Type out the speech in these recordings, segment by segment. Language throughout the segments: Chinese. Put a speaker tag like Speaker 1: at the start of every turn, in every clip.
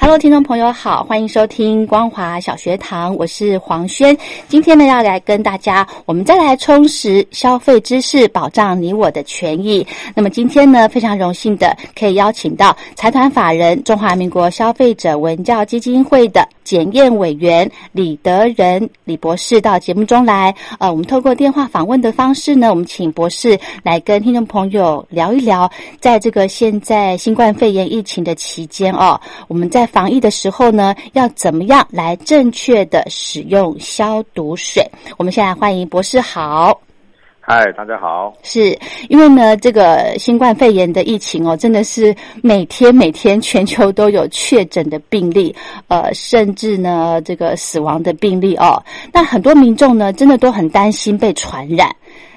Speaker 1: Hello，听众朋友好，欢迎收听光华小学堂，我是黄轩。今天呢，要来跟大家，我们再来充实消费知识，保障你我的权益。那么今天呢，非常荣幸的可以邀请到财团法人中华民国消费者文教基金会的检验委员李德仁李博士到节目中来。呃，我们透过电话访问的方式呢，我们请博士来跟听众朋友聊一聊，在这个现在新冠肺炎疫情的期间哦，我们在防疫的时候呢，要怎么样来正确的使用消毒水？我们现在欢迎博士好。
Speaker 2: 嗨，大家好。
Speaker 1: 是因为呢，这个新冠肺炎的疫情哦，真的是每天每天全球都有确诊的病例，呃，甚至呢这个死亡的病例哦。那很多民众呢，真的都很担心被传染。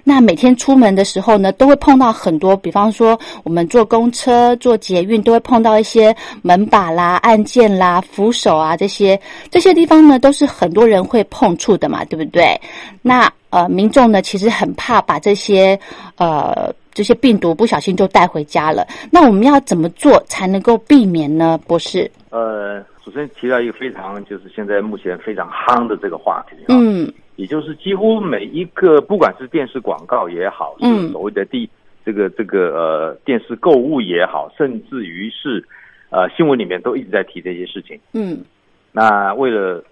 Speaker 1: 那每天出门的时候呢，都会碰到很多，比方说我们坐公车、坐捷运，都会碰到一些门把啦、按键啦、扶手啊这些这些地方呢，都是很多人会碰触的嘛，对不对？那呃，民众呢其实很怕把这些呃这些病毒不小心就带回家了。那我们要怎么做才能够避免呢？博士，
Speaker 2: 呃，主持人提到一个非常就是现在目前非常夯的这个话题啊，
Speaker 1: 嗯
Speaker 2: 也就是几乎每一个不管是电视广告也好，
Speaker 1: 嗯
Speaker 2: 是所谓的地这个这个呃电视购物也好，甚至于是呃新闻里面都一直在提这些事情。
Speaker 1: 嗯
Speaker 2: 那为了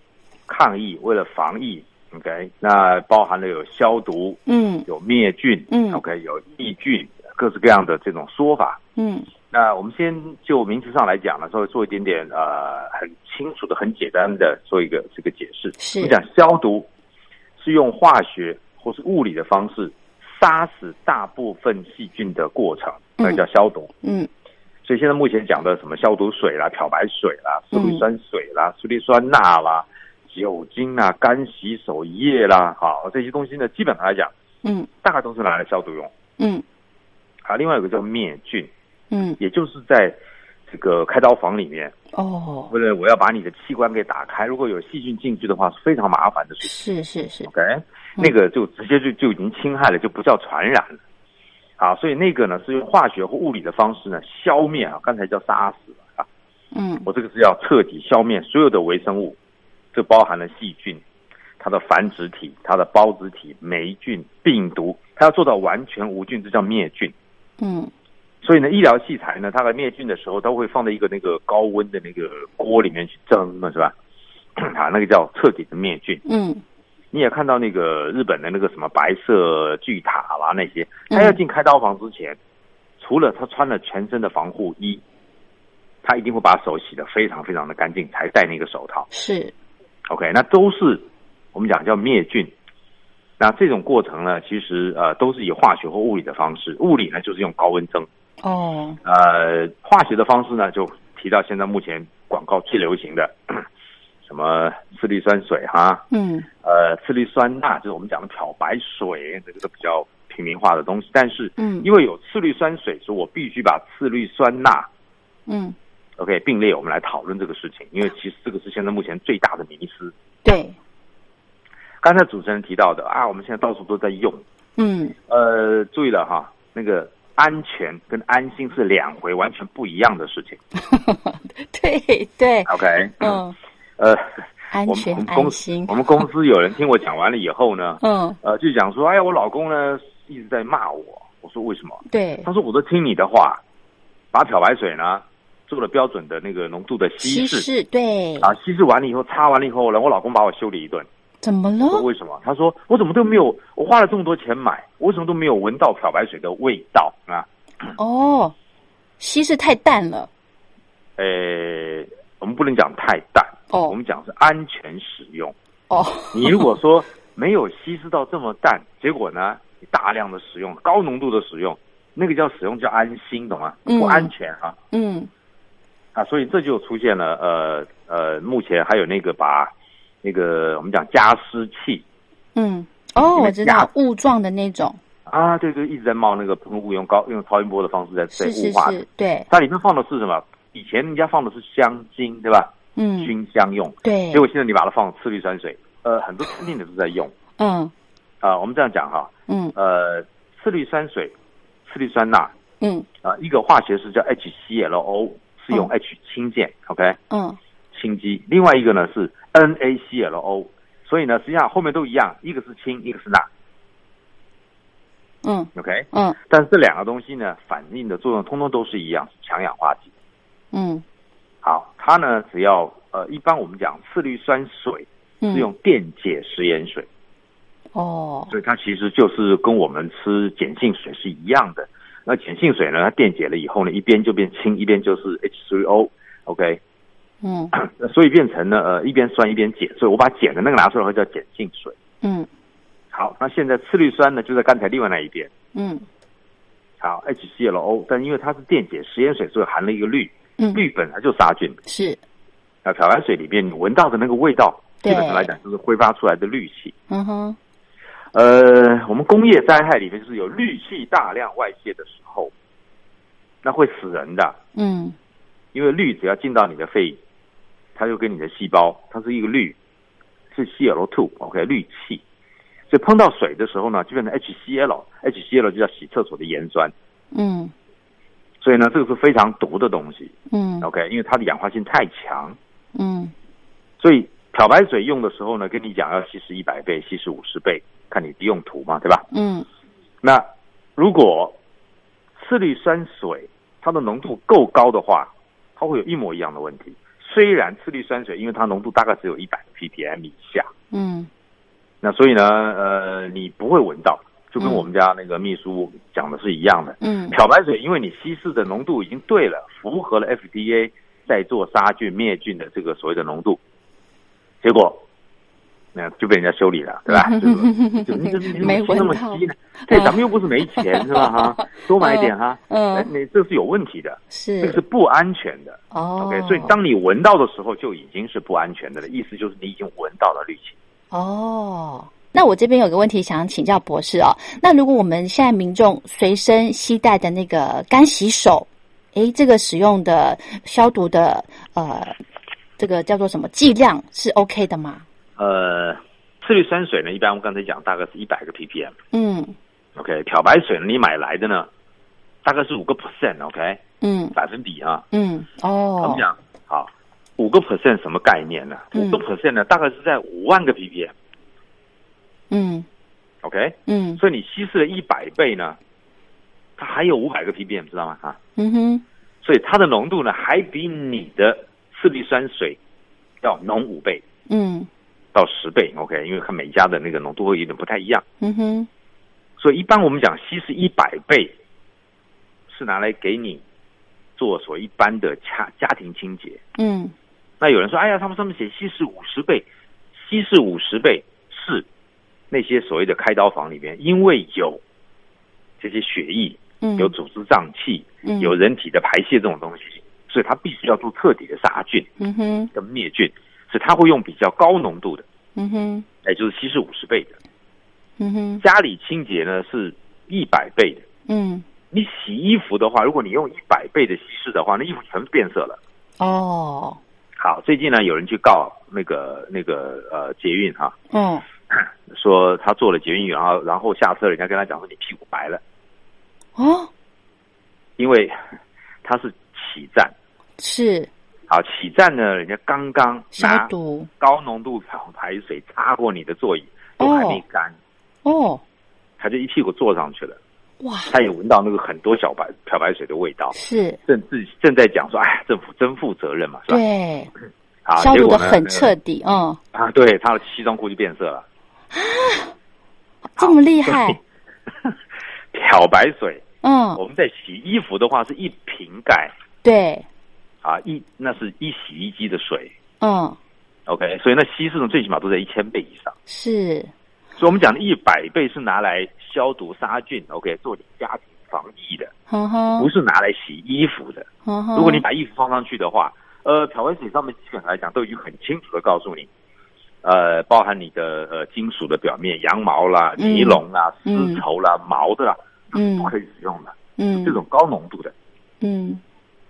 Speaker 2: 抗疫，为了防疫，OK，那包含了有消毒、
Speaker 1: 嗯
Speaker 2: 有灭菌，
Speaker 1: 嗯
Speaker 2: ，OK，有抑菌，各式各样的这种说法。
Speaker 1: 嗯
Speaker 2: 那我们先就名词上来讲呢，稍微做一点点呃很清楚的、很简单的做一个这个解释。
Speaker 1: 是
Speaker 2: 我们讲消毒是用化学或是物理的方式杀死大部分细菌的过程，
Speaker 1: 嗯
Speaker 2: 那叫消毒。
Speaker 1: 嗯
Speaker 2: 所以现在目前讲的什么消毒水啦、漂白水啦、
Speaker 1: 嗯
Speaker 2: 次氯酸水啦、次氯酸钠啦、酒精啊、干洗手液啦，好这些东西呢，基本上来讲，
Speaker 1: 嗯
Speaker 2: 大概都是拿来消毒用。
Speaker 1: 嗯
Speaker 2: 啊，另外有个叫灭菌，
Speaker 1: 嗯
Speaker 2: 也就是在这个开刀房里面。
Speaker 1: 哦，
Speaker 2: 或者我要把你的器官给打开，如果有细菌进去的话，是非常麻烦的事情。
Speaker 1: 是是是，
Speaker 2: OK，那个就直接就就已经侵害了，就不叫传染了。啊，所以那个呢是用化学或物理的方式呢消灭啊，刚才叫杀死啊，
Speaker 1: 嗯
Speaker 2: 我这个是要彻底消灭所有的微生物，这包含了细菌、它的繁殖体、它的孢子体、霉菌、病毒，它要做到完全无菌，这叫灭菌。
Speaker 1: 嗯
Speaker 2: 所以呢，医疗器材呢，它在灭菌的时候，它会放在一个那个高温的那个锅里面去蒸嘛，是吧？ 啊，那个叫彻底的灭菌。
Speaker 1: 嗯
Speaker 2: 你也看到那个日本的那个什么白色巨塔啦那些，
Speaker 1: 嗯
Speaker 2: 他要进开刀房之前，除了他穿了全身的防护衣，他一定会把手洗得非常非常的干净，才戴那个手套。
Speaker 1: 是
Speaker 2: OK，那都是我们讲叫灭菌。那这种过程呢，其实呃都是以化学或物理的方式，物理呢就是用高温蒸。
Speaker 1: 哦
Speaker 2: 呃，化学的方式呢，就提到现在目前广告最流行的 什么次氯酸水哈，
Speaker 1: 嗯
Speaker 2: 呃，次氯酸钠就是我们讲的漂白水，这个都比较平民化的东西。但是
Speaker 1: 嗯
Speaker 2: 因为有次氯酸水，所以我必须把次氯酸钠
Speaker 1: 嗯
Speaker 2: OK 并列，我们来讨论这个事情，因为其实这个是现在目前最大的迷思。
Speaker 1: 对
Speaker 2: 刚才主持人提到的啊，我们现在到处都在用，
Speaker 1: 嗯
Speaker 2: 呃，注意了哈，那个安全跟安心是两回完全不一样的事情。
Speaker 1: 对对
Speaker 2: OK，
Speaker 1: 嗯
Speaker 2: 呃，
Speaker 1: 安
Speaker 2: 我们
Speaker 1: 全
Speaker 2: 我们
Speaker 1: 安
Speaker 2: 公司
Speaker 1: 心
Speaker 2: 我们公司有人听我讲完了以后呢，
Speaker 1: 嗯
Speaker 2: 呃，就讲说，哎呀，我老公呢一直在骂我。我说为什么？
Speaker 1: 对
Speaker 2: 他说我都听你的话，把漂白水呢做了标准的那个浓度的
Speaker 1: 稀
Speaker 2: 稀释啊
Speaker 1: 释对
Speaker 2: 啊，稀释完了以后，擦完了以后呢，我老公把我修理一顿。
Speaker 1: 怎么
Speaker 2: 我说
Speaker 1: 了？
Speaker 2: 为什么？他说我怎么都没有，我花了这么多钱买，我为什么都没有闻到漂白水的味道啊？
Speaker 1: 哦，稀释太淡了。
Speaker 2: 呃，我们不能讲太淡，
Speaker 1: 哦
Speaker 2: 我们讲是安全使用。
Speaker 1: 哦，
Speaker 2: 你如果说没有稀释到这么淡，结果呢，你大量的使用，高浓度的使用，那个叫使用叫安心，懂吗？
Speaker 1: 嗯
Speaker 2: 不安全啊、
Speaker 1: 嗯，
Speaker 2: 啊！所以这就出现了呃呃，目前还有那个把那个我们讲加湿器
Speaker 1: 嗯，哦，
Speaker 2: 因为
Speaker 1: 我知道
Speaker 2: 牙
Speaker 1: 雾状的那种，
Speaker 2: 啊，对对，一直在冒那个喷雾，用高用超音波的方式在
Speaker 1: 是
Speaker 2: 在
Speaker 1: 是
Speaker 2: 雾化
Speaker 1: 是，对，
Speaker 2: 它里面放的是什么？以前人家放的是香精，对吧？
Speaker 1: 嗯，
Speaker 2: 熏香用，
Speaker 1: 对
Speaker 2: 结，果现在你把它放次氯酸水，呃，很多餐厅的都在用
Speaker 1: 嗯
Speaker 2: 啊、我们这样讲哈，
Speaker 1: 嗯
Speaker 2: 呃，次氯酸水、次氯酸钠
Speaker 1: 嗯
Speaker 2: 啊、一个化学式叫 HClO，是用 H 氢键、o k
Speaker 1: 嗯，
Speaker 2: 氢基；另外一个呢是 NaClO，所以呢，实际上后面都一样，一个是氢，一个是钠
Speaker 1: 嗯
Speaker 2: ，OK。
Speaker 1: 嗯
Speaker 2: 但是这两个东西呢，反应的作用通通都是一样，是强氧化剂。
Speaker 1: 嗯
Speaker 2: 好，它呢只要呃，一般我们讲次氯酸水是
Speaker 1: 嗯，
Speaker 2: 用电解食盐水，
Speaker 1: 哦，
Speaker 2: 所以它其实就是跟我们吃碱性水是一样的。那碱性水呢，它电解了以后呢，一边就变氢，一边就是 H3O，OK，、
Speaker 1: 嗯
Speaker 2: 那 所以变成呢呃一边酸一边碱，所以我把碱的那个拿出来后叫碱性水。
Speaker 1: 嗯
Speaker 2: 好，那现在次氯酸呢就在刚才另外那一边，
Speaker 1: 嗯
Speaker 2: 好 HClO，但因为它是电解食盐水，所以含了一个氯，
Speaker 1: 嗯，
Speaker 2: 氯本来就杀菌，
Speaker 1: 是，
Speaker 2: 那漂白水里面你闻到的那个味道，基
Speaker 1: 对
Speaker 2: 本上来讲就是挥发出来的氯气。
Speaker 1: 嗯哼，
Speaker 2: 呃，我们工业灾害里面就是有氯气大量外泄的时候，那会死人的，
Speaker 1: 嗯
Speaker 2: 因为氯只要进到你的肺，它就跟你的细胞，它是一个氯，是 ClO2，OK，、氯气。所以碰到水的时候呢，就变成 HCl，HCl 就叫洗厕所的盐酸。
Speaker 1: 嗯
Speaker 2: 所以呢，这个是非常毒的东西
Speaker 1: 嗯
Speaker 2: ，OK，因为它的氧化性太强，
Speaker 1: 嗯
Speaker 2: 所以漂白水用的时候呢，跟你讲要稀释一百倍、稀释五十倍，看你的用途嘛，对吧？
Speaker 1: 嗯
Speaker 2: 那如果次氯酸水它的浓度够高的话，它会有一模一样的问题。虽然次氯酸水因为它浓度大概只有一百 ppm 以下，
Speaker 1: 嗯
Speaker 2: 那所以呢，呃，你不会闻到，就跟我们家那个秘书讲的是一样的。
Speaker 1: 嗯
Speaker 2: 漂白水因为你稀释的浓度已经对了，符合了 FDA 在做杀菌灭菌的这个所谓的浓度，结果。那就被人家修理了， 对吧？就是就你怎么你怎么
Speaker 1: 没
Speaker 2: 吸那么
Speaker 1: 闻到
Speaker 2: 稀呢？对，咱们又不是没钱，是吧？哈，多买一点哈。哎
Speaker 1: 嗯，
Speaker 2: 那这是有问题的，这个是
Speaker 1: 是
Speaker 2: 不安全的。
Speaker 1: 哦
Speaker 2: OK，所以当你闻到的时候就已经是不安全的了，意思就是你已经闻到了氯气。
Speaker 1: 哦。那我这边有个问题想请教博士哦。那如果我们现在民众随身携带的那个干洗手，诶，这个使用的消毒的呃，这个叫做什么剂量是 OK 的吗？
Speaker 2: 呃，次氯酸水呢，一般我刚才讲大概是一百个 ppm。
Speaker 1: 嗯
Speaker 2: OK，漂白水呢，你买来的呢，大概是五个 percent。OK，
Speaker 1: 嗯
Speaker 2: 百分比啊，
Speaker 1: 嗯
Speaker 2: 我
Speaker 1: 哦
Speaker 2: 们，讲好，五个 percent 什么概念呢？
Speaker 1: 嗯
Speaker 2: 五个 percent 呢，大概是在五万个 ppm。
Speaker 1: 嗯
Speaker 2: OK，
Speaker 1: 嗯
Speaker 2: 所以你稀释了一百倍呢，它还有五百个 ppm，知道吗？啊，
Speaker 1: 嗯哼，
Speaker 2: 所以它的浓度呢，还比你的次氯酸水要浓五倍
Speaker 1: 嗯
Speaker 2: 到十倍。OK，因为它每家的那个浓度会有点不太一样，
Speaker 1: 嗯哼，
Speaker 2: 所以一般我们讲稀释一百倍，是拿来给你做所一般的家家庭清洁。
Speaker 1: 嗯
Speaker 2: 那有人说，哎呀，他们上面写稀释五十倍，稀释五十倍是那些所谓的开刀房里面，因为有这些血液、
Speaker 1: 嗯，
Speaker 2: 有组织脏器、
Speaker 1: 嗯
Speaker 2: 有人体的排泄这种东西，所以它必须要做彻底的杀菌。
Speaker 1: 嗯哼
Speaker 2: 跟灭菌，所以它会用比较高浓度的，
Speaker 1: 嗯哼
Speaker 2: 也就是稀释五十倍的。
Speaker 1: 嗯哼
Speaker 2: 家里清洁呢是一百倍的。
Speaker 1: 嗯
Speaker 2: 你洗衣服的话，如果你用一百倍的稀释的话，那衣服全变色了。
Speaker 1: 哦
Speaker 2: 好，最近呢有人去告那个那个呃捷运哈、
Speaker 1: 嗯
Speaker 2: 说他做了捷运员，然后然后下车人家跟他讲说你屁股白了，
Speaker 1: 哦
Speaker 2: 因为他是起站。
Speaker 1: 是
Speaker 2: 好，起站呢，人家刚刚
Speaker 1: 消
Speaker 2: 拿
Speaker 1: 毒
Speaker 2: 高浓度漂白水擦过你的座椅，都还没干，
Speaker 1: 哦
Speaker 2: 他就一屁股坐上去了。
Speaker 1: 哇
Speaker 2: 他也闻到那个很多小白漂白水的味道，
Speaker 1: 是
Speaker 2: 正自正在讲说，哎呀，政府真负责任嘛，是吧？
Speaker 1: 对
Speaker 2: 啊，
Speaker 1: 消
Speaker 2: 结
Speaker 1: 毒
Speaker 2: 果
Speaker 1: 的
Speaker 2: 呢
Speaker 1: 很
Speaker 2: 那个
Speaker 1: 彻底，嗯，
Speaker 2: 啊，对，他的西装裤就变色了，
Speaker 1: 这么厉害，
Speaker 2: 漂白水，
Speaker 1: 嗯，
Speaker 2: 我们在洗衣服的话是一瓶盖
Speaker 1: 对，
Speaker 2: 啊，一那是一洗衣机的水
Speaker 1: 嗯，
Speaker 2: ，OK，所以那稀释呢最起码都在一千倍以上，
Speaker 1: 是，
Speaker 2: 所以我们讲的一百倍是拿来消毒杀菌，OK，做你家庭防疫的，
Speaker 1: 哼哼，
Speaker 2: 不是拿来洗衣服的。
Speaker 1: 哼哼，
Speaker 2: 如果你把衣服放上去的话，呃，漂白水上面基本来讲都已经很清楚的告诉你，呃，包含你的呃金属的表面，羊毛啦、
Speaker 1: 嗯
Speaker 2: 尼龙啦、
Speaker 1: 嗯
Speaker 2: 丝绸啦、毛的啦，
Speaker 1: 嗯
Speaker 2: 不可以使用的，
Speaker 1: 嗯
Speaker 2: 这种高浓度的。
Speaker 1: 嗯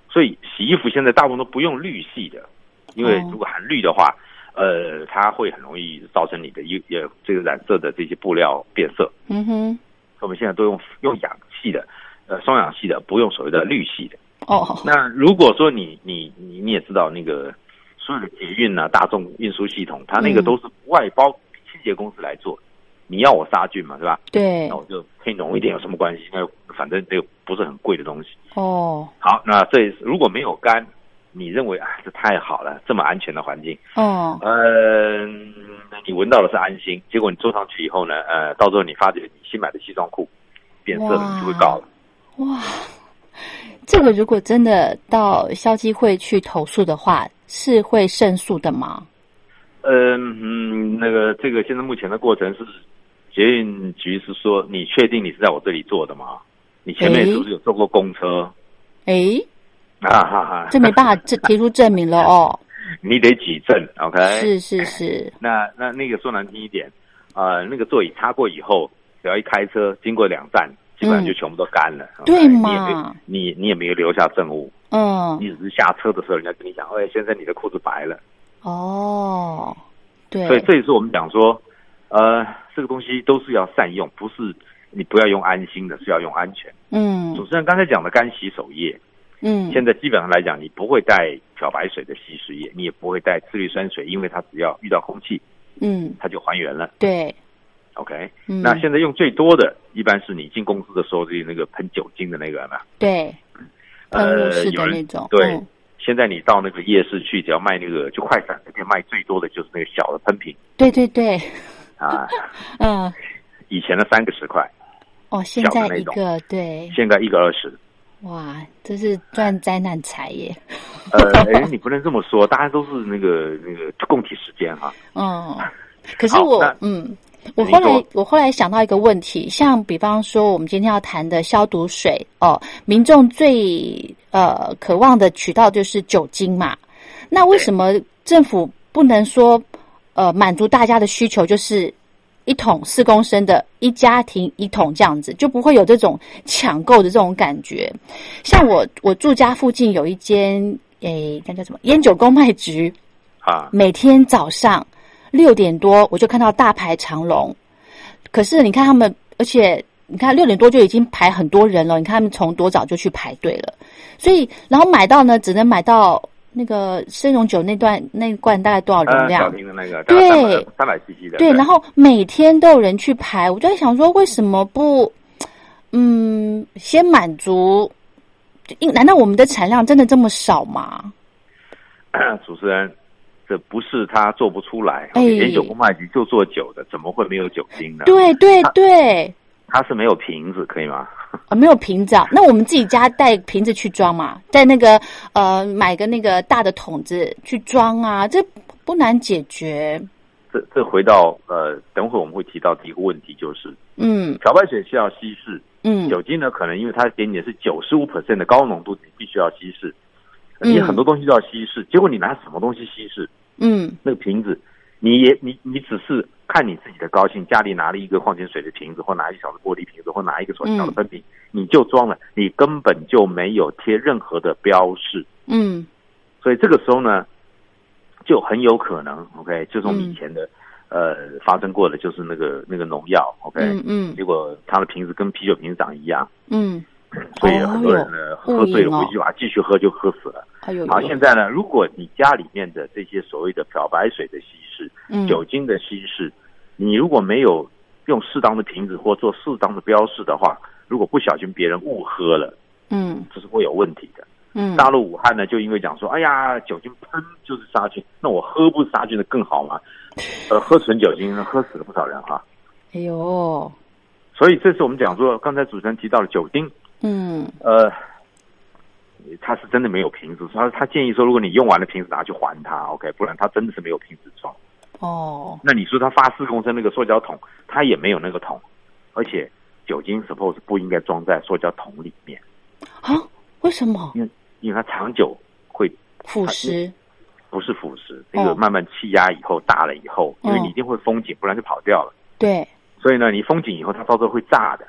Speaker 2: 所以洗衣服现在大部分都不用氯系的，因为
Speaker 1: 哦
Speaker 2: 如果含氯的话，呃，它会很容易造成你的衣呃这个染色的这些布料变色。
Speaker 1: 嗯哼，
Speaker 2: 我们现在都用用氧系的，呃，双氧系的，不用所谓的氯系的。
Speaker 1: 哦，
Speaker 2: 那如果说你你你你也知道那个所有的捷运啊、大众运输系统，它那个
Speaker 1: 嗯
Speaker 2: 都是外包清洁公司来做。你要我杀菌嘛，是吧？
Speaker 1: 对
Speaker 2: 那，我就配浓一点有什么关系？那反正这个不是很贵的东西。
Speaker 1: 哦，
Speaker 2: 好，那这如果没有干，你认为啊，这太好了，这么安全的环境，
Speaker 1: 哦，
Speaker 2: 呃，你闻到的是安心，结果你坐上去以后呢，呃，到时候你发觉你新买的西装裤变色了，
Speaker 1: 哇
Speaker 2: 你就会告了。
Speaker 1: 哇，这个如果真的到消基会去投诉的话，是会胜诉的吗？
Speaker 2: 呃嗯，那个这个现在目前的过程是，捷运局是说，你确定你是在我这里坐的吗？你前面
Speaker 1: 诶
Speaker 2: 是不是有坐过公车？
Speaker 1: 诶，
Speaker 2: 啊哈哈，
Speaker 1: 这没办法这提出证明了 哦。
Speaker 2: 你得举证，OK？
Speaker 1: 是是是，
Speaker 2: 那那那个说难听一点，呃，那个座椅擦过以后，只要一开车经过两站，基本上就全部都干了。
Speaker 1: 嗯对
Speaker 2: OK？
Speaker 1: 嘛
Speaker 2: 你也没你你也没有留下证物，
Speaker 1: 嗯，
Speaker 2: 你只是下车的时候，人家跟你讲，哎，先生，你的裤子白了。
Speaker 1: 哦，对，
Speaker 2: 所以这也是我们讲说，呃，这个东西都是要善用，不是你不要用安心的，是要用安全。
Speaker 1: 嗯
Speaker 2: 主持人刚才讲的干洗手液，
Speaker 1: 嗯，
Speaker 2: 现在基本上来讲，你不会带漂白水的稀释液，你也不会带次氯酸水，因为它只要遇到空气，
Speaker 1: 嗯，
Speaker 2: 它就还原了。
Speaker 1: 对，
Speaker 2: OK，
Speaker 1: 嗯，
Speaker 2: 那现在用最多的，一般是你进公司的时候，就是那个喷酒精的那个嘛。
Speaker 1: 对喷雾
Speaker 2: 呃，
Speaker 1: 式
Speaker 2: 有
Speaker 1: 的那
Speaker 2: 人
Speaker 1: 种，
Speaker 2: 对
Speaker 1: 嗯，
Speaker 2: 现在你到那个夜市去，只要卖那个就快闪这边卖最多的就是那个小的喷瓶
Speaker 1: 对对对，
Speaker 2: 啊，
Speaker 1: 嗯，
Speaker 2: 以前的三个十块，
Speaker 1: 哦，现
Speaker 2: 小的
Speaker 1: 在
Speaker 2: 那
Speaker 1: 一
Speaker 2: 种
Speaker 1: 个对，
Speaker 2: 现在一个二十。
Speaker 1: 哇，这是赚灾难财耶，
Speaker 2: 呃，哎，你不能这么说，大家都是那个那个供体时间哈、
Speaker 1: 嗯，可是
Speaker 2: 好
Speaker 1: 我
Speaker 2: 那
Speaker 1: 嗯。我
Speaker 2: 您
Speaker 1: 后来
Speaker 2: 说，
Speaker 1: 我后来想到一个问题，像比方说我们今天要谈的消毒水哦，民众最呃渴望的渠道就是酒精嘛。那为什么政府不能说呃满足大家的需求，就是一桶四公升的，一家庭一桶这样子，就不会有这种抢购的这种感觉？像我我住家附近有一间诶，那叫什么烟酒公卖局，
Speaker 2: 啊。
Speaker 1: 每天早上六点多我就看到大排长龙，可是你看他们，而且你看六点多就已经排很多人了，你看他们从多早就去排队了，所以然后买到呢，只能买到那个生溶酒那段那一罐大概多少嗯容
Speaker 2: 呃，小
Speaker 1: 量？
Speaker 2: 瓶的那个，
Speaker 1: 对
Speaker 2: 三百 CC 的，
Speaker 1: 对，然后每天都有人去排，我就在想说，为什么不，嗯，先满足？因难道我们的产量真的这么少吗？
Speaker 2: 主持人，这不是他做不出来，
Speaker 1: 哎
Speaker 2: 烟酒公卖局就做酒的，怎么会没有酒精呢？，
Speaker 1: 对对对，
Speaker 2: 它是没有瓶子，可以吗？
Speaker 1: 哦，没有瓶子啊？那我们自己家带瓶子去装嘛，带那个呃，买个那个大的桶子去装啊，这不难解决。
Speaker 2: 这这回到呃，等会我们会提到的一个问题，就是
Speaker 1: 嗯
Speaker 2: 漂白水需要稀释，
Speaker 1: 嗯，
Speaker 2: 酒精呢可能因为它给你的是九十五 percent 的高浓度，你必须要稀释，
Speaker 1: 嗯
Speaker 2: 你很多东西都要稀释，结果你拿什么东西稀释？
Speaker 1: 嗯
Speaker 2: 那个瓶子，你也你你只是看你自己的高兴，家里拿了一个矿泉水的瓶子，或拿一小的玻璃瓶子，或拿一个小
Speaker 1: 嗯
Speaker 2: 小的喷瓶，你就装了，你根本就没有贴任何的标示，
Speaker 1: 嗯
Speaker 2: 所以这个时候呢，就很有可能，OK，就是我们
Speaker 1: 嗯
Speaker 2: 以前的、呃发生过的，就是那个那个农药，OK，、
Speaker 1: 嗯嗯
Speaker 2: 结果它的瓶子跟啤酒瓶子长一样，
Speaker 1: 嗯，
Speaker 2: 所以很多人呢、
Speaker 1: 哟
Speaker 2: 喝醉了
Speaker 1: 误饮哦
Speaker 2: 回去把继续喝就喝死了。
Speaker 1: 哎呦，
Speaker 2: 好，现在呢，如果你家里面的这些所谓的漂白水的稀释、
Speaker 1: 嗯
Speaker 2: 酒精的稀释，你如果没有用适当的瓶子或做适当的标示的话，如果不小心别人误喝了，
Speaker 1: 嗯
Speaker 2: 这是会有问题的。
Speaker 1: 嗯，
Speaker 2: 大陆武汉呢，就因为讲说，哎呀，酒精喷就是杀菌，那我喝不杀菌的更好吗？呃，喝纯酒精喝死了不少人哈、
Speaker 1: 哎呦，
Speaker 2: 所以这次我们讲说，刚才主持人提到了酒精，
Speaker 1: 嗯
Speaker 2: 呃，他是真的没有瓶子，他他建议说，如果你用完了瓶子拿去还他，OK，不然他真的是没有瓶子装。
Speaker 1: 哦，
Speaker 2: 那你说他发四公升那个塑胶桶，他也没有那个桶，而且酒精 suppose 不应该装在塑胶桶里面，
Speaker 1: 啊，为什么
Speaker 2: 因为因为它长久会
Speaker 1: 腐蚀？
Speaker 2: 不是腐蚀，
Speaker 1: 哦
Speaker 2: 那个慢慢气压以后大了以后，因为你一定会封紧，不然就跑掉了。
Speaker 1: 对，
Speaker 2: 所以呢，你封紧以后，它到时候会炸的，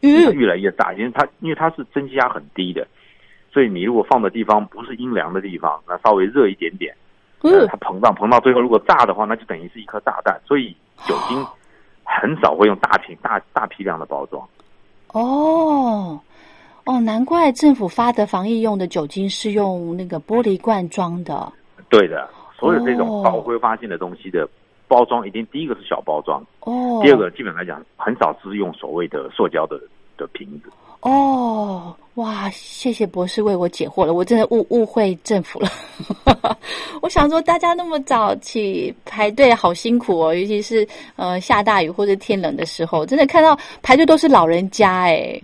Speaker 2: 它
Speaker 1: 嗯
Speaker 2: 越来越大，因为它因为它是蒸汽压很低的，所以你如果放的地方不是阴凉的地方，那稍微热一点点，呃
Speaker 1: 嗯
Speaker 2: 它膨胀膨胀，最后如果炸的话，那就等于是一颗炸弹。所以酒精很少会用大瓶大大批量的包装。
Speaker 1: 哦哦，难怪政府发的防疫用的酒精是用那个玻璃罐装的。
Speaker 2: 对的，所有这
Speaker 1: 哦
Speaker 2: 种高挥发性的东西的包装，一定第一个是小包装，
Speaker 1: 哦，
Speaker 2: 第二个基本来讲很少是用所谓的塑胶的的瓶子。
Speaker 1: 哦，哇！谢谢博士为我解惑了，我真的误误会政府了。 我想说，大家那么早起排队，好辛苦哦，尤其是呃下大雨或者天冷的时候，真的看到排队都是老人家哎，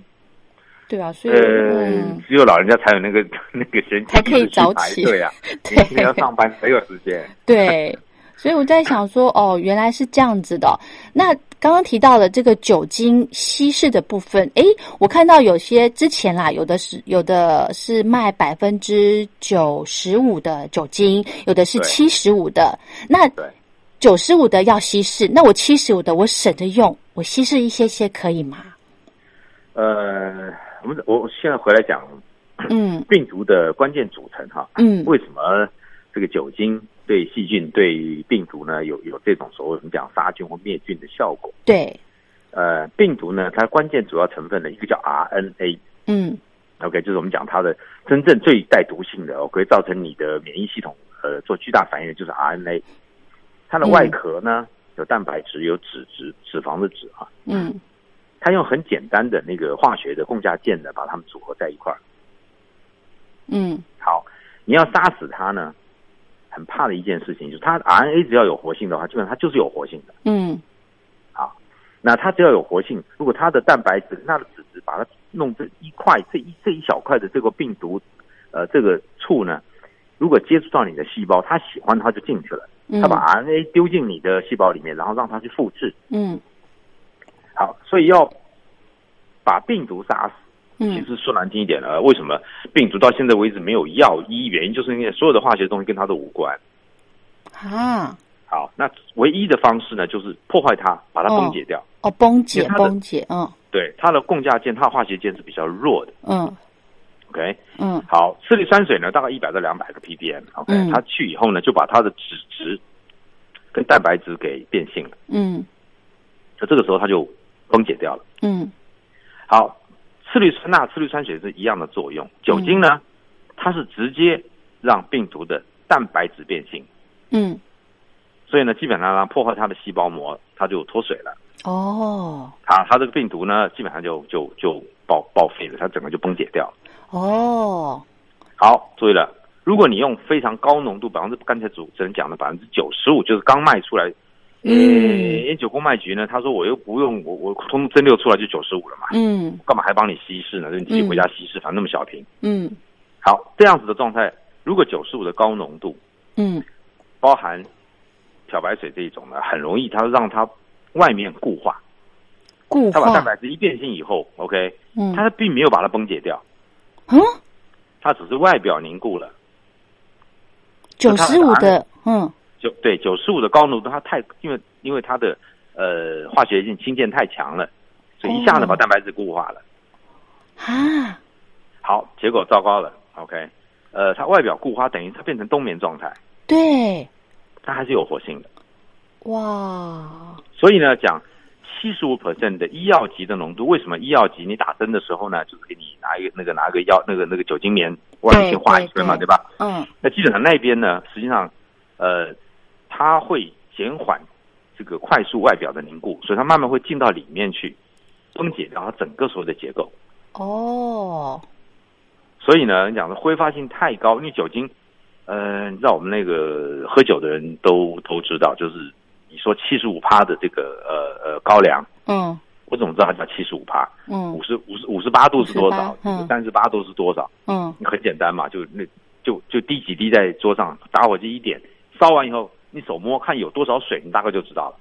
Speaker 1: 对啊，所以、
Speaker 2: 呃
Speaker 1: 嗯，，
Speaker 2: 只有老人家才有那个 那个神经，
Speaker 1: 才可以早起
Speaker 2: 啊对 呀、因为今天要上班，谁有时间？
Speaker 1: 对，所以我在想说，哦，原来是这样子的哦。那刚刚提到了这个酒精稀释的部分，诶，我看到有些之前啦，有的是有的是卖百分之九十五的酒精，有的是
Speaker 2: 对
Speaker 1: 七十五的。那
Speaker 2: 对，
Speaker 1: 九十五的要稀释，那我七十五的我省着用，我稀释一些些可以吗？
Speaker 2: 呃，我们我现在回来讲
Speaker 1: 嗯
Speaker 2: 病毒的关键组成哈，
Speaker 1: 嗯
Speaker 2: 为什么这个酒精对细菌、对病毒呢有有这种所谓我们讲杀菌或灭菌的效果？
Speaker 1: 对，
Speaker 2: 呃，病毒呢，它关键主要成分呢，一个叫 RNA。
Speaker 1: 嗯
Speaker 2: OK，就是我们讲它的真正最带毒性的，哦，可以造成你的免疫系统呃做巨大反应的就是 RNA。它的外壳呢、有蛋白质、有脂质、脂肪的脂啊，
Speaker 1: 嗯
Speaker 2: 它用很简单的那个化学的共价键呢，把它们组合在一块儿。
Speaker 1: 嗯
Speaker 2: 好，你要杀死它呢，很怕的一件事情就是它 RNA 只要有活性的话，基本上它就是有活性的。
Speaker 1: 嗯
Speaker 2: 那它只要有活性，如果它的蛋白质、它的脂质把它弄这一块、这一这一小块的这个病毒，呃，这个处呢，如果接触到你的细胞，它喜欢它就进去了，
Speaker 1: 嗯，
Speaker 2: 它把 RNA 丢进你的细胞里面，然后让它去复制。
Speaker 1: 嗯
Speaker 2: 好，所以要把病毒杀死。其
Speaker 1: 嗯
Speaker 2: 实说难听一点呢，为什么病毒到现在为止没有药医？原因就是因为所有的化学东西跟它都无关。
Speaker 1: 啊，
Speaker 2: 好，那唯一的方式呢，就是破坏它，把它
Speaker 1: 哦
Speaker 2: 崩解掉。
Speaker 1: 哦，崩解
Speaker 2: 因为它的
Speaker 1: 崩解，嗯
Speaker 2: 对，它的共价键，它的化学键是比较弱的。
Speaker 1: 嗯
Speaker 2: OK，
Speaker 1: 嗯。
Speaker 2: 好，次氯酸水呢，大概一百到两百个 ppm，OK，、
Speaker 1: 嗯
Speaker 2: 它去以后呢，就把它的脂质跟蛋白质给变性了，
Speaker 1: 嗯
Speaker 2: 就这个时候它就崩解掉了。
Speaker 1: 嗯
Speaker 2: 好，次氯酸钠、次氯酸水是一样的作用，酒精呢，它是直接让病毒的蛋白质变性，
Speaker 1: 嗯，
Speaker 2: 所以呢，基本上呢破坏它的细胞膜，它就脱水了，
Speaker 1: 哦
Speaker 2: 啊，它这个病毒呢，基本上就就就报报废了，它整个就崩解掉了。
Speaker 1: 哦，
Speaker 2: 好，注意了，如果你用非常高浓度，百分之刚才主持人讲的百分之九十五，就是刚卖出来，呃
Speaker 1: 嗯，
Speaker 2: 烟酒公卖局呢，他说我又不用我我通通蒸馏出来就九十五了嘛，
Speaker 1: 嗯
Speaker 2: 干嘛还帮你稀释呢？就你自己
Speaker 1: 嗯
Speaker 2: 回家稀释，反正那么小瓶。
Speaker 1: 嗯
Speaker 2: 好，这样子的状态，如果九十五的高浓度
Speaker 1: 嗯
Speaker 2: 包含漂白水这一种呢，很容易它让它外面固化，
Speaker 1: 固
Speaker 2: 它把蛋
Speaker 1: 化，
Speaker 2: 白质一变性以后，OK，
Speaker 1: 嗯
Speaker 2: 它并没有把它崩解掉，
Speaker 1: 嗯，
Speaker 2: 它只是外表凝固了。
Speaker 1: 九十五的，嗯
Speaker 2: 九对九十五的高浓度，它太因为因为它的呃化学性氢键太强了，所以一下子
Speaker 1: 哦
Speaker 2: 把蛋白质固化了。
Speaker 1: 啊，
Speaker 2: 好，结果糟糕了。OK，呃，它外表固化等于它变成冬眠状态，
Speaker 1: 对，
Speaker 2: 它还是有活性的。
Speaker 1: 哇，
Speaker 2: 所以呢，讲七十五 percent 的医药级的浓度，为什么医药级你打针的时候呢，就是给你拿一个那个拿个药那个那个酒精棉外面
Speaker 1: 对
Speaker 2: 先画一
Speaker 1: 对
Speaker 2: 圈嘛，
Speaker 1: 对
Speaker 2: 对吧？
Speaker 1: 嗯
Speaker 2: 那基本上那边呢，实际上，呃，它会减缓这个快速外表的凝固，所以它慢慢会进到里面去，崩解掉它整个所有的结构。
Speaker 1: 哦，
Speaker 2: 所以呢，你讲的挥发性太高，因为酒精，呃，你知道我们那个喝酒的人都都知道，就是你说七十五趴的这个呃呃高粱，
Speaker 1: 嗯
Speaker 2: 我怎么知道它叫七十五趴？
Speaker 1: 嗯
Speaker 2: 五十五十五十八度是多少？
Speaker 1: 58嗯
Speaker 2: 三十八度是多少？
Speaker 1: 嗯
Speaker 2: 很简单嘛，就那就就滴几滴在桌上，打火机一点，烧完以后，你手摸看有多少水，你大概就知道了。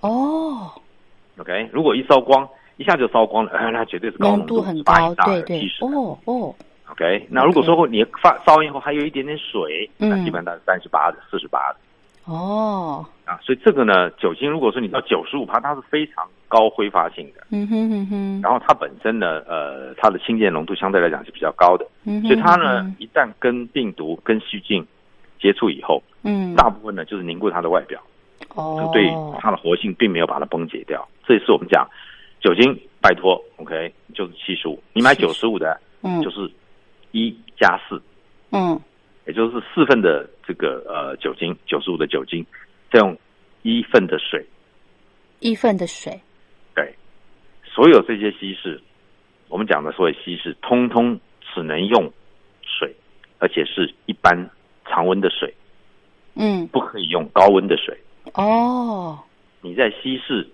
Speaker 1: 哦，
Speaker 2: OK，如果一烧光，一下就烧光了， 哎，那绝对是高
Speaker 1: 浓
Speaker 2: 浓
Speaker 1: 度
Speaker 2: 度
Speaker 1: 很
Speaker 2: 八
Speaker 1: 高
Speaker 2: 以，上
Speaker 1: 对
Speaker 2: 的
Speaker 1: 对
Speaker 2: 汽水。
Speaker 1: 哦哦
Speaker 2: OK，那如果说你发烧完以后还有一点点水，
Speaker 1: 嗯
Speaker 2: 那基本上是三十八的、四十八的
Speaker 1: 哦，
Speaker 2: 啊。所以这个呢，酒精如果说你到九十五帕，它是非常高挥发性的，
Speaker 1: 嗯哼哼哼，
Speaker 2: 然后它本身呢，呃，它的清洁浓度相对来讲是比较高的，
Speaker 1: 嗯哼
Speaker 2: 所以它呢
Speaker 1: 哼，
Speaker 2: 一旦跟病毒、跟细菌接触以后，
Speaker 1: 嗯
Speaker 2: 大部分呢就是凝固它的外表，
Speaker 1: 哦
Speaker 2: 就对它的活性并没有把它崩解掉。这也是我们讲酒精，拜托，OK，就是七十五，你买九十五的，
Speaker 1: 嗯
Speaker 2: 就是一加四。
Speaker 1: 嗯
Speaker 2: 也就是四份的这个呃酒精，九十五的酒精，再用一份的水，
Speaker 1: 一份的水，
Speaker 2: 对，所有这些稀释，我们讲的所有稀释，通通只能用水，而且是一般常温的水，
Speaker 1: 嗯
Speaker 2: 不可以用高温的水。
Speaker 1: 哦
Speaker 2: 你在稀释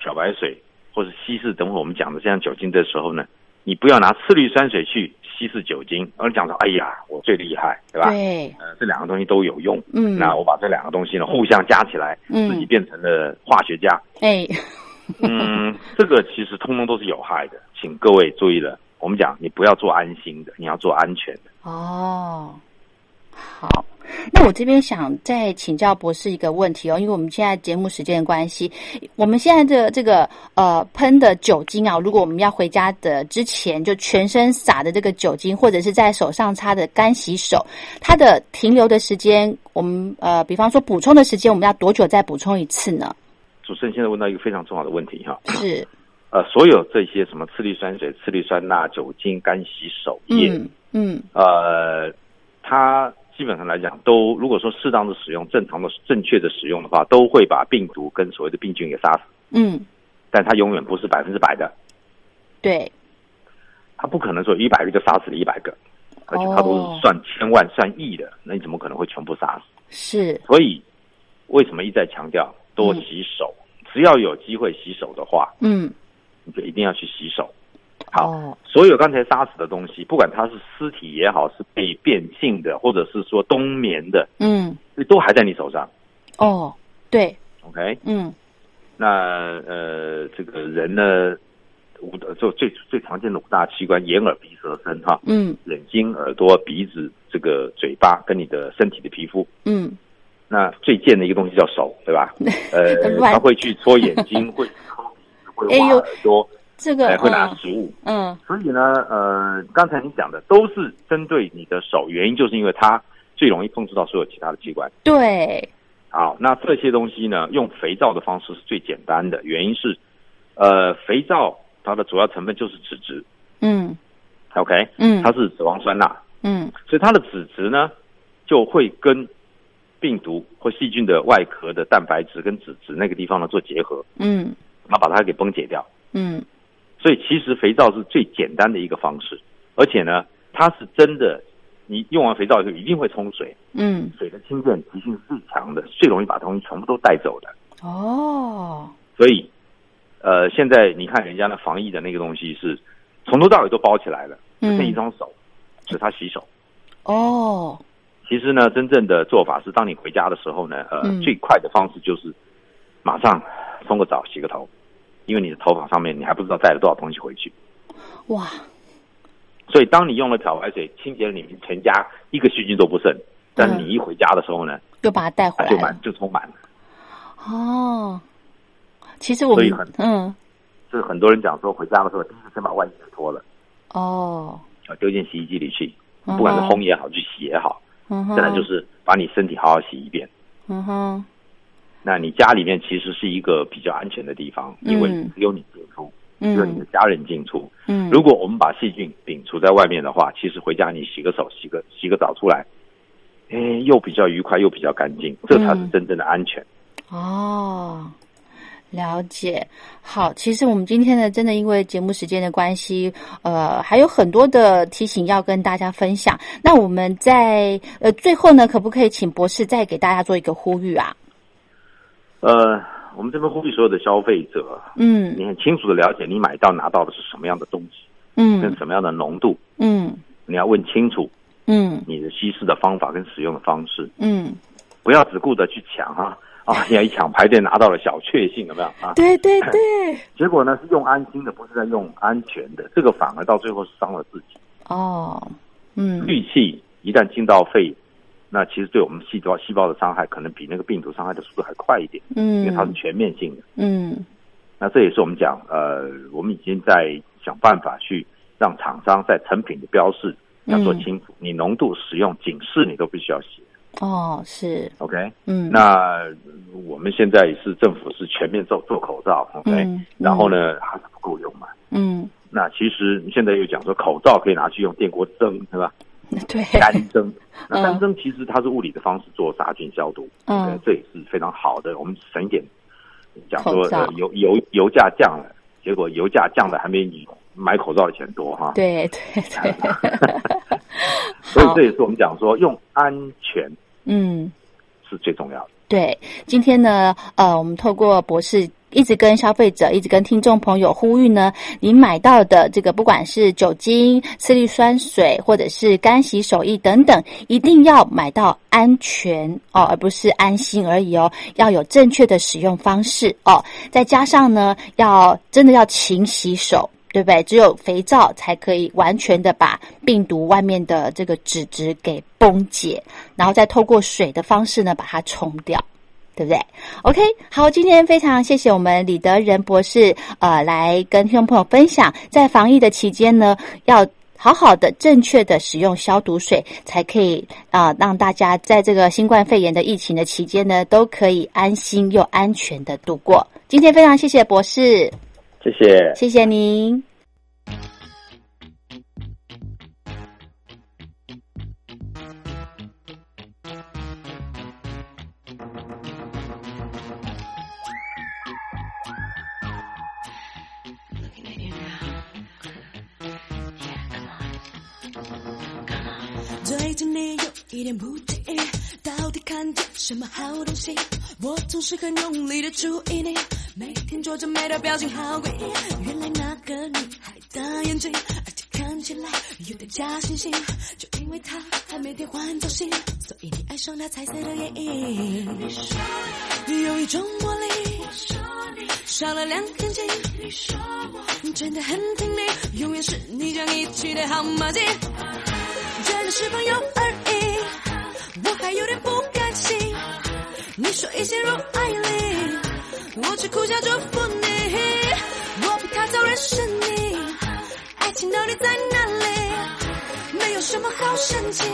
Speaker 2: 漂白水或者稀释等会我们讲的这样酒精的时候呢，你不要拿次氯酸水去稀释酒精，而讲说哎呀我最厉害，对吧？
Speaker 1: 对，
Speaker 2: 呃，这两个东西都有用。
Speaker 1: 嗯
Speaker 2: 那我把这两个东西呢互相加起来，
Speaker 1: 嗯
Speaker 2: 自己变成了化学 家。
Speaker 1: 哎
Speaker 2: 嗯，这个其实通通都是有害的，请各位注意了。我们讲，你不要做安心的，你要做安全的。
Speaker 1: 哦，好，那我这边想再请教博士一个问题哦，因为我们现在节目时间的关系，我们现在的这个呃喷的酒精啊，如果我们要回家的之前就全身撒的这个酒精，或者是在手上擦的干洗手，它的停留的时间，我们呃，比方说补充的时间，我们要多久再补充一次呢？
Speaker 2: 主持人现在问到一个非常重要的问题哈，
Speaker 1: 是，
Speaker 2: 呃，所有这些什么次氯酸水、次氯酸钠、酒精、干洗手液，
Speaker 1: 嗯嗯
Speaker 2: 呃，它基本上来讲都，如果说适当的使用、正常的、正确的使用的话，都会把病毒跟所谓的病菌给杀死，
Speaker 1: 嗯，
Speaker 2: 但它永远不是百分之百的，
Speaker 1: 对，
Speaker 2: 他不可能说一百个就杀死了一百个，而且他都是算千万、算亿的，那你怎么可能会全部杀死？
Speaker 1: 是，
Speaker 2: 所以为什么一再强调多洗手？只要有机会洗手的话，
Speaker 1: 嗯，
Speaker 2: 你就一定要去洗手。好，
Speaker 1: 哦，
Speaker 2: 所有刚才杀死的东西，不管它是尸体也好，是被变性的，或者是说冬眠的，
Speaker 1: 嗯
Speaker 2: 都还在你手上。
Speaker 1: 哦，对，
Speaker 2: OK，
Speaker 1: 嗯
Speaker 2: 那呃，这个人呢，五就最最常见的五大器官：眼、耳、鼻、舌、身，哈。
Speaker 1: 嗯
Speaker 2: 眼睛、耳朵、鼻子、这个嘴巴跟你的身体的皮肤。
Speaker 1: 嗯，，
Speaker 2: 那最贱的一个东西叫手，对吧？呃
Speaker 1: 乱
Speaker 2: 他会去搓眼睛，会抠鼻子，会
Speaker 1: 哎
Speaker 2: 挖
Speaker 1: 呦
Speaker 2: 耳朵，
Speaker 1: 这个
Speaker 2: 哎，会拿
Speaker 1: 嗯
Speaker 2: 食物。
Speaker 1: 嗯，
Speaker 2: 所以呢，呃，刚才你讲的都是针对你的手，原因就是因为它最容易碰触到所有其他的器官。
Speaker 1: 对，
Speaker 2: 好，那这些东西呢，用肥皂的方式是最简单的，原因是，呃，肥皂它的主要成分就是脂质
Speaker 1: 嗯
Speaker 2: ，OK，
Speaker 1: 嗯
Speaker 2: 它是脂肪酸钠，
Speaker 1: 嗯
Speaker 2: 所以它的脂质呢，就会跟病毒或细菌的外壳的蛋白质跟脂质那个地方呢做结合，
Speaker 1: 嗯
Speaker 2: 然后把它给崩解掉。
Speaker 1: 嗯
Speaker 2: 所以其实肥皂是最简单的一个方式，而且呢，它是真的，你用完肥皂以后一定会冲水，
Speaker 1: 嗯，
Speaker 2: 水的清洁极性是最强的，最容易把东西全部都带走的。
Speaker 1: 哦，
Speaker 2: 所以，呃，现在你看人家的防疫的那个东西是从头到尾都包起来了，只剩一
Speaker 1: 嗯
Speaker 2: 双手，是他洗手。
Speaker 1: 哦，
Speaker 2: 其实呢，真正的做法是，当你回家的时候呢，呃，
Speaker 1: 嗯
Speaker 2: 最快的方式就是马上冲个澡、洗个头，因为你的头发上面你还不知道带了多少东西回去。
Speaker 1: 哇，
Speaker 2: 所以，当你用了漂白水清洁了你们全家，一个细菌都不剩。但是你一回家的时候呢，
Speaker 1: 又把它带回
Speaker 2: 它
Speaker 1: 来
Speaker 2: 就满
Speaker 1: 了，
Speaker 2: 就充满了。
Speaker 1: 哦。其实我们
Speaker 2: 所以很
Speaker 1: 嗯
Speaker 2: 就是很多人讲说，回家的时候第一个先把外衣给脱了，
Speaker 1: 哦，
Speaker 2: 啊，丢进洗衣机里去，
Speaker 1: 嗯哼
Speaker 2: 不管是烘也好，去洗也好，
Speaker 1: 嗯哼，
Speaker 2: 再来就是把你身体好好洗一遍。
Speaker 1: 嗯哼，
Speaker 2: 那你家里面其实是一个比较安全的地方，因为
Speaker 1: 嗯
Speaker 2: 只有你进出，只有你的
Speaker 1: 嗯
Speaker 2: 家人进出。
Speaker 1: 嗯，
Speaker 2: 如果我们把细菌摒除在外面的话，其实回家你洗个手、洗个洗个澡出来，哎，
Speaker 1: 嗯
Speaker 2: 又比较愉快，又比较干净，这才是真正的安全。
Speaker 1: 哦，了解，好，其实我们今天呢，真的因为节目时间的关系，呃，还有很多的提醒要跟大家分享。那我们在呃最后呢，可不可以请博士再给大家做一个呼吁啊？
Speaker 2: 呃，我们这边呼吁所有的消费者，
Speaker 1: 嗯
Speaker 2: 你很清楚的了解你买到拿到的是什么样的东西，跟
Speaker 1: 嗯
Speaker 2: 什么样的浓度，
Speaker 1: 嗯
Speaker 2: 你要问清楚
Speaker 1: 嗯
Speaker 2: 你的稀释的方法跟使用的方式，
Speaker 1: 嗯，
Speaker 2: 不要只顾着去抢哈、啊，啊，要一抢排队拿到了小确幸，有没有啊？
Speaker 1: 对对对，
Speaker 2: 结果呢是用安心的，不是在用安全的，这个反而到最后是伤了自己。
Speaker 1: 哦，嗯
Speaker 2: 氯气一旦进到肺，那其实对我们细胞细胞的伤害，可能比那个病毒伤害的速度还快一点，因为它是
Speaker 1: 嗯
Speaker 2: 全面性的。
Speaker 1: 嗯
Speaker 2: 那这也是我们讲，呃，我们已经在想办法去让厂商在成品的标示
Speaker 1: 嗯
Speaker 2: 要做清楚，你浓度、使用、警示你都必须要写。
Speaker 1: 哦是
Speaker 2: OK，、
Speaker 1: 嗯
Speaker 2: 那我们现在是政府是全面做做口罩，OK，、
Speaker 1: 嗯
Speaker 2: 然后呢还是不够用嘛。
Speaker 1: 嗯
Speaker 2: 那其实现在又讲说口罩可以拿去用电锅蒸，对吧？
Speaker 1: 嗯对
Speaker 2: 干 蒸，那
Speaker 1: 嗯
Speaker 2: 干蒸其实它是物理的方式做杀菌消毒，
Speaker 1: 嗯
Speaker 2: 呃这也是非常好的。我们省一点讲说
Speaker 1: 口罩
Speaker 2: 呃油油油价降了，结果油价降的还没你买口罩的钱多哈。
Speaker 1: 对对对，
Speaker 2: 所以
Speaker 1: 好
Speaker 2: 这也是我们讲说用安全
Speaker 1: 嗯。
Speaker 2: 是最重要的。
Speaker 1: 对，今天呢，呃，我们透过博士一直跟消费者、一直跟听众朋友呼吁呢，你买到的这个不管是酒精、次氯酸水，或者是干洗手液等等，一定要买到安全哦，而不是安心而已哦，要有正确的使用方式哦，再加上呢，要真的要勤洗手。对不对？只有肥皂才可以完全的把病毒外面的这个脂质给崩解，然后再透过水的方式呢把它冲掉，对不对？OK，好，今天非常谢谢我们李德仁博士，呃，来跟听众朋友分享，在防疫的期间呢，要。好好的、正确的使用消毒水，才可以啊、呃让大家在这个新冠肺炎的疫情的期间呢，都可以安心又安全的度过。今天非常谢谢博士，
Speaker 2: 谢谢。
Speaker 1: 谢谢您。
Speaker 3: Looking at you now. Yeah, come on. Come on.
Speaker 4: 对着你有一点不敌意，到底看见什么好东西？我总是很用力的注意你，每天做着美的表情好诡异。原来那个女孩的眼睛，而且看起来有点假惺惺，就因为她还没变换造型，所以你爱上她彩色的眼影。你说有一种魔力，我说你少了两根筋，你说我真的很挺你，永远是你将一起的好马甲。真的是朋友而已，我还有点不甘心。你说已陷入爱里，我只苦笑祝福你。我比他早认识你，爱情到底在哪里？没有什么好生气，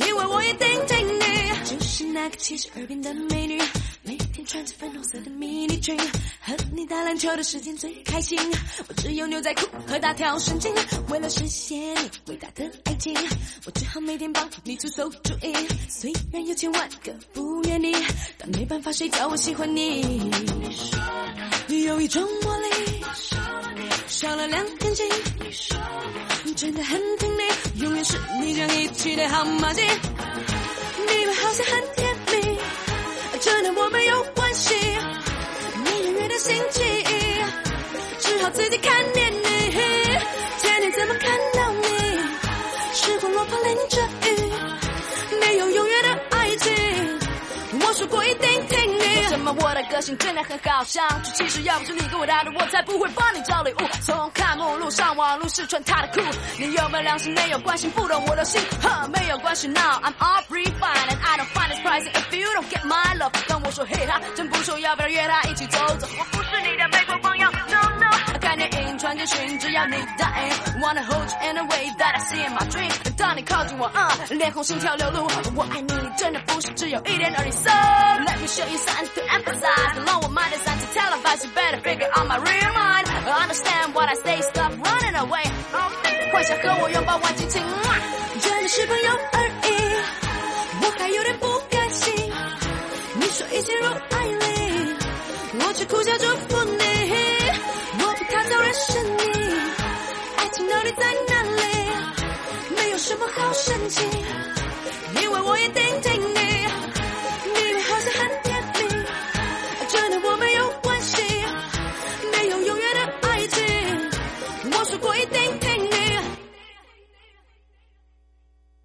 Speaker 4: 因为我一定挺你。就是那个七十二变的美女，每天穿着粉红色的迷你裙，和你打篮球的时间最开心。我只有牛仔裤和大条神经，为了实现你伟大的爱情，我只好每天帮你出馊主意。虽然有千万个不愿意，但没办法，谁叫我喜欢你？有一种魔力，少了两根筋，真的很挺你，永远是你将一起的好马甲。你们好像很甜蜜，真的我没有关系。你永远的星期一，只好自己看电影。天天怎么看到你？时光落魄淋着雨，没有永远的爱情。我说过一定听你。
Speaker 3: 说什么我的个性真的很好相处，其实要不是你给我搭的，我才不会帮你找礼物。从看目录上网路试穿他的裤，你有没有良心没有关系，不懂我的心，呵，没有关系。Now I'm all refined and I don't find it pricey if you don't get my love。当我说嘿他，真不说要不要约他一起走走？我不是你的美国朋友，No No。看电影传简讯，只要你答应，Wanna hold you in a way that I see in my dream。当你靠近我啊，脸红心跳流露，我爱你真的不是只有一点而已。So let me show you something to emphasize. The lower mind is to televise. You better figure out my real mind. Understand what I say? Stop running away. Okay. 幻想和我拥抱玩激情。
Speaker 4: 真的是朋友而已，我还有点不甘心。你说一切入爱里，我我却苦笑祝福你。我不太早认识你，爱情到底在哪里？没有什么好生气，因为我也听听你。